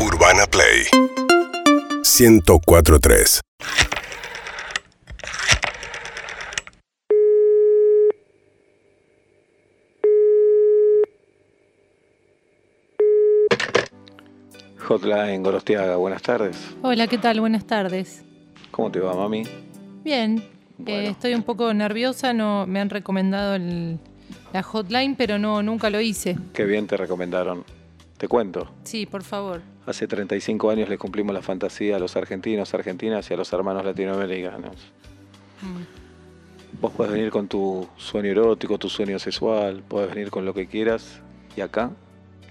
Urbana Play 1043 Hotline Gorostiaga, buenas tardes. Hola, ¿qué tal? Buenas tardes. ¿Cómo te va, mami? Bien, Bueno. eh, estoy un poco nerviosa, no me han recomendado el- la hotline, pero no, nunca lo hice. Qué bien te recomendaron. Te cuento, Sí, por favor. hace 35 años les cumplimos la fantasía a los argentinos, argentinas y a los hermanos latinoamericanos. Mm, Vos podés venir con tu sueño erótico, tu sueño sexual, podés venir con lo que quieras y acá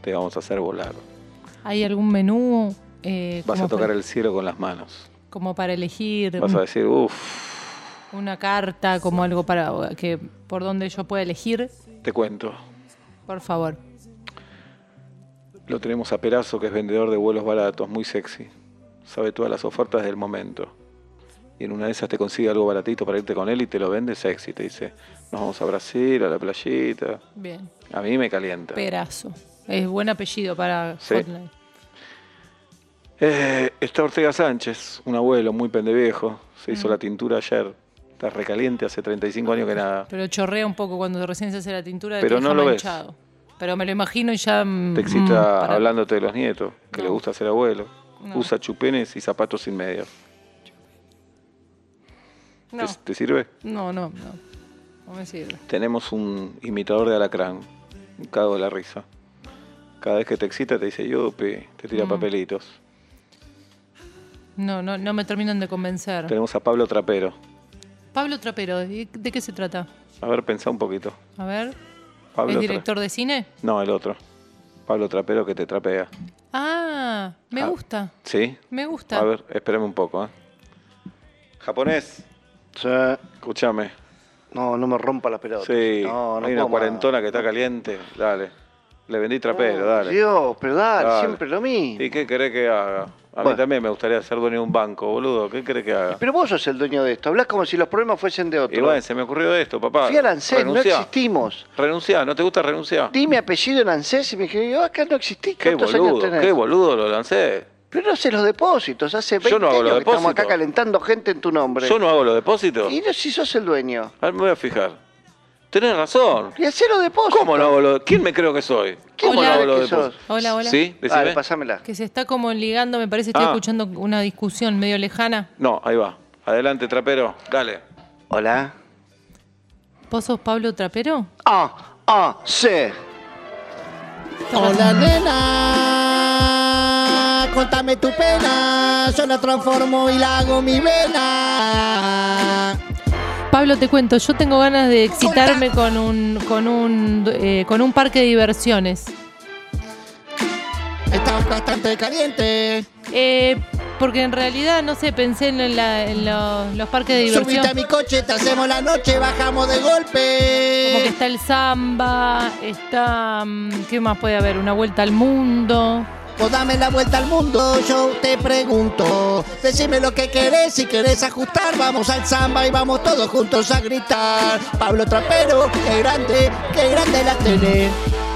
te vamos a hacer volar. ¿Hay algún menú? eh, Vas como a tocar para, el cielo con las manos. como para elegir Vas a un- decir, uff, una carta, como algo para que por donde yo pueda elegir, te cuento. por favor. Lo tenemos a Perazo, que es vendedor de vuelos baratos, muy sexy. Sabe todas las ofertas del momento. Y en una de esas te consigue algo baratito para irte con él y te lo vende sexy. Te dice, nos vamos a Brasil, a la playita. Bien. A mí me calienta. Perazo. Es buen apellido para Sí. hotline. Eh, está Ortega Sánchez, un abuelo muy pendeviejo. Se Mm. hizo la tintura ayer. Está recaliente hace 35 años que nada. Pero chorrea un poco cuando recién se hace la tintura. Pero te deja no lo ves. manchado. Pero me lo imagino y ya... mm, Te excita mm, para- hablándote de los nietos, que No. le gusta ser abuelo. No. Usa chupenes y zapatos sin medias. No. ¿Te- ¿Te sirve? No, no, no. No me sirve. Tenemos un imitador de alacrán, un cago de la risa. Cada vez que te excita te dice yupi, te tira papelitos. No, no, no me terminan de convencer. Tenemos a Pablo Trapero. Pablo Trapero, ¿de, de qué se trata? A ver, pensá un poquito. A ver. Pablo ¿Es Tra- director de cine? No, el otro. Pablo Trapero que te trapea. Ah, me Ah. gusta. ¿Sí? Me gusta. A ver, espérame un poco. ¿eh? Japonés, Sí. escúchame. No, no me rompa la pelota. Sí, No, no hay una puedo más. cuarentona que está caliente. Dale. Le vendí trapero, Oh, dale. Dios, pero dale, Dale. siempre lo mismo. ¿Y qué querés que haga? A mí Bueno. también me gustaría ser dueño de un banco, boludo. ¿Qué querés que haga? Pero vos sos el dueño de esto. Hablás como si los problemas fuesen de otro. Y bueno, se me ocurrió esto, papá. Fui al ANSES, no Renunciá. existimos. Renunciá, ¿no te gusta renunciar? Di mi apellido en ANSES y me dijeron, "Yo acá no existís. Qué ¿Cuántos años boludo, tenés? qué boludo lo lancé. Pero no sé los depósitos. Hace Yo 20 no hago los años que estamos depósitos. acá calentando gente en tu nombre. Yo no hago los depósitos. Y no si sos el dueño. A ver, me voy a fijar. Tenés razón. Y hacé los depósitos. ¿Cómo no hago los ¿Quién me creo que soy? ¿Quién ¿Cómo Hola. no hago los que sos? depósitos? Hola, hola. ¿Sí? Decime. Dale, pasámela. Que se está como ligando, me parece, estoy Ah. escuchando una discusión medio lejana. No, ahí va. Adelante, trapero. Dale. Hola. ¿Vos sos Pablo Trapero? Ah, ah, sí. Hola nena, contame tu pena, yo la transformo y la hago mi vena. Pablo, te cuento, yo tengo ganas de excitarme con un, con un, eh, con un parque de diversiones. Está bastante caliente. Eh, porque en realidad, no sé, pensé en, la- en los, los parques de diversión. Subiste a mi coche, te hacemos la noche, bajamos de Como que golpe. está el samba, está. mm, ¿Qué más puede haber? Una vuelta al mundo. Vos dame la vuelta al mundo, yo te pregunto. Decime lo que querés, si querés ajustar, vamos al samba y vamos todos juntos a gritar. Pablo Trapero, qué grande, qué grande la tenés.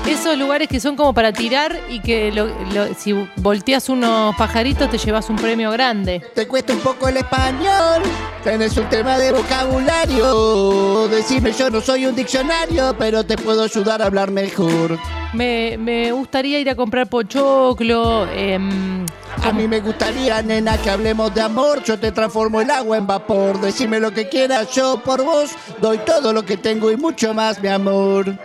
Esos lugares que son como para tirar y que lo- lo- si volteas unos pajaritos te llevas un premio grande. Te cuesta un poco el español, tenés un tema de vocabulario. Decime, yo no soy un diccionario, pero te puedo ayudar a hablar mejor. Me, me gustaría ir a comprar pochoclo. em, A mí me gustaría, nena, que hablemos de amor. Yo te transformo el agua en vapor. Decime lo que quieras, yo por vos doy todo lo que tengo y mucho más, mi amor.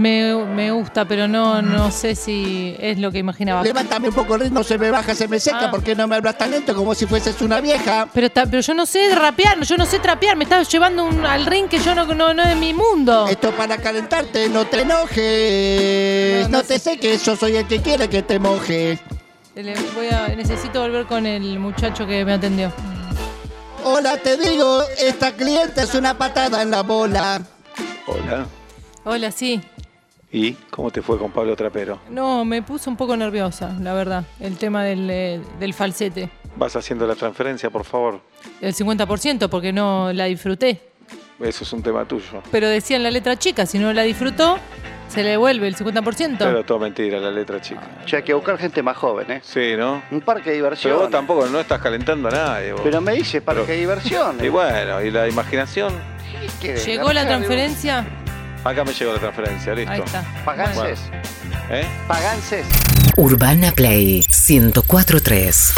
me, me gusta, pero no, no sé si es lo que imaginaba. Levántame un poco el ritmo, se me baja, se me seca, Ah. porque no me hablas tan lento como si fueses una vieja. Pero, está- pero yo no sé rapear, yo no sé trapear, me estás llevando un- al ring que yo no, no, no es mi mundo. Esto para calentarte, no te enojes. No, no no te sé. seques, yo soy el que quiere que te mojes. Le voy a- necesito volver con el muchacho que me atendió. Hola, te digo, esta cliente es una patada en la bola. Hola. Hola, sí. ¿Y cómo te fue con Pablo Trapero? No, me puso un poco nerviosa, la verdad, el tema del, eh, del falsete. Vas haciendo la transferencia, por favor. El 50% porque no la disfruté. Eso es un tema tuyo. Pero decía en la letra chica, si no la disfrutó, se le devuelve el 50%. Claro, todo mentira, la letra chica. Ya hay que buscar gente más joven, ¿eh? Sí, ¿no? Un parque de diversión. Pero vos tampoco, no estás calentando a nadie. vos. Pero me dice parque Pero- de diversión. Y bueno, y la imaginación. ¿Qué querés? ¿Llegó la mujer de un- transferencia? Acá me llegó la transferencia, listo. Ahí está. Bueno. Pagances. ¿Eh? Pagances. Urbana Play 1043.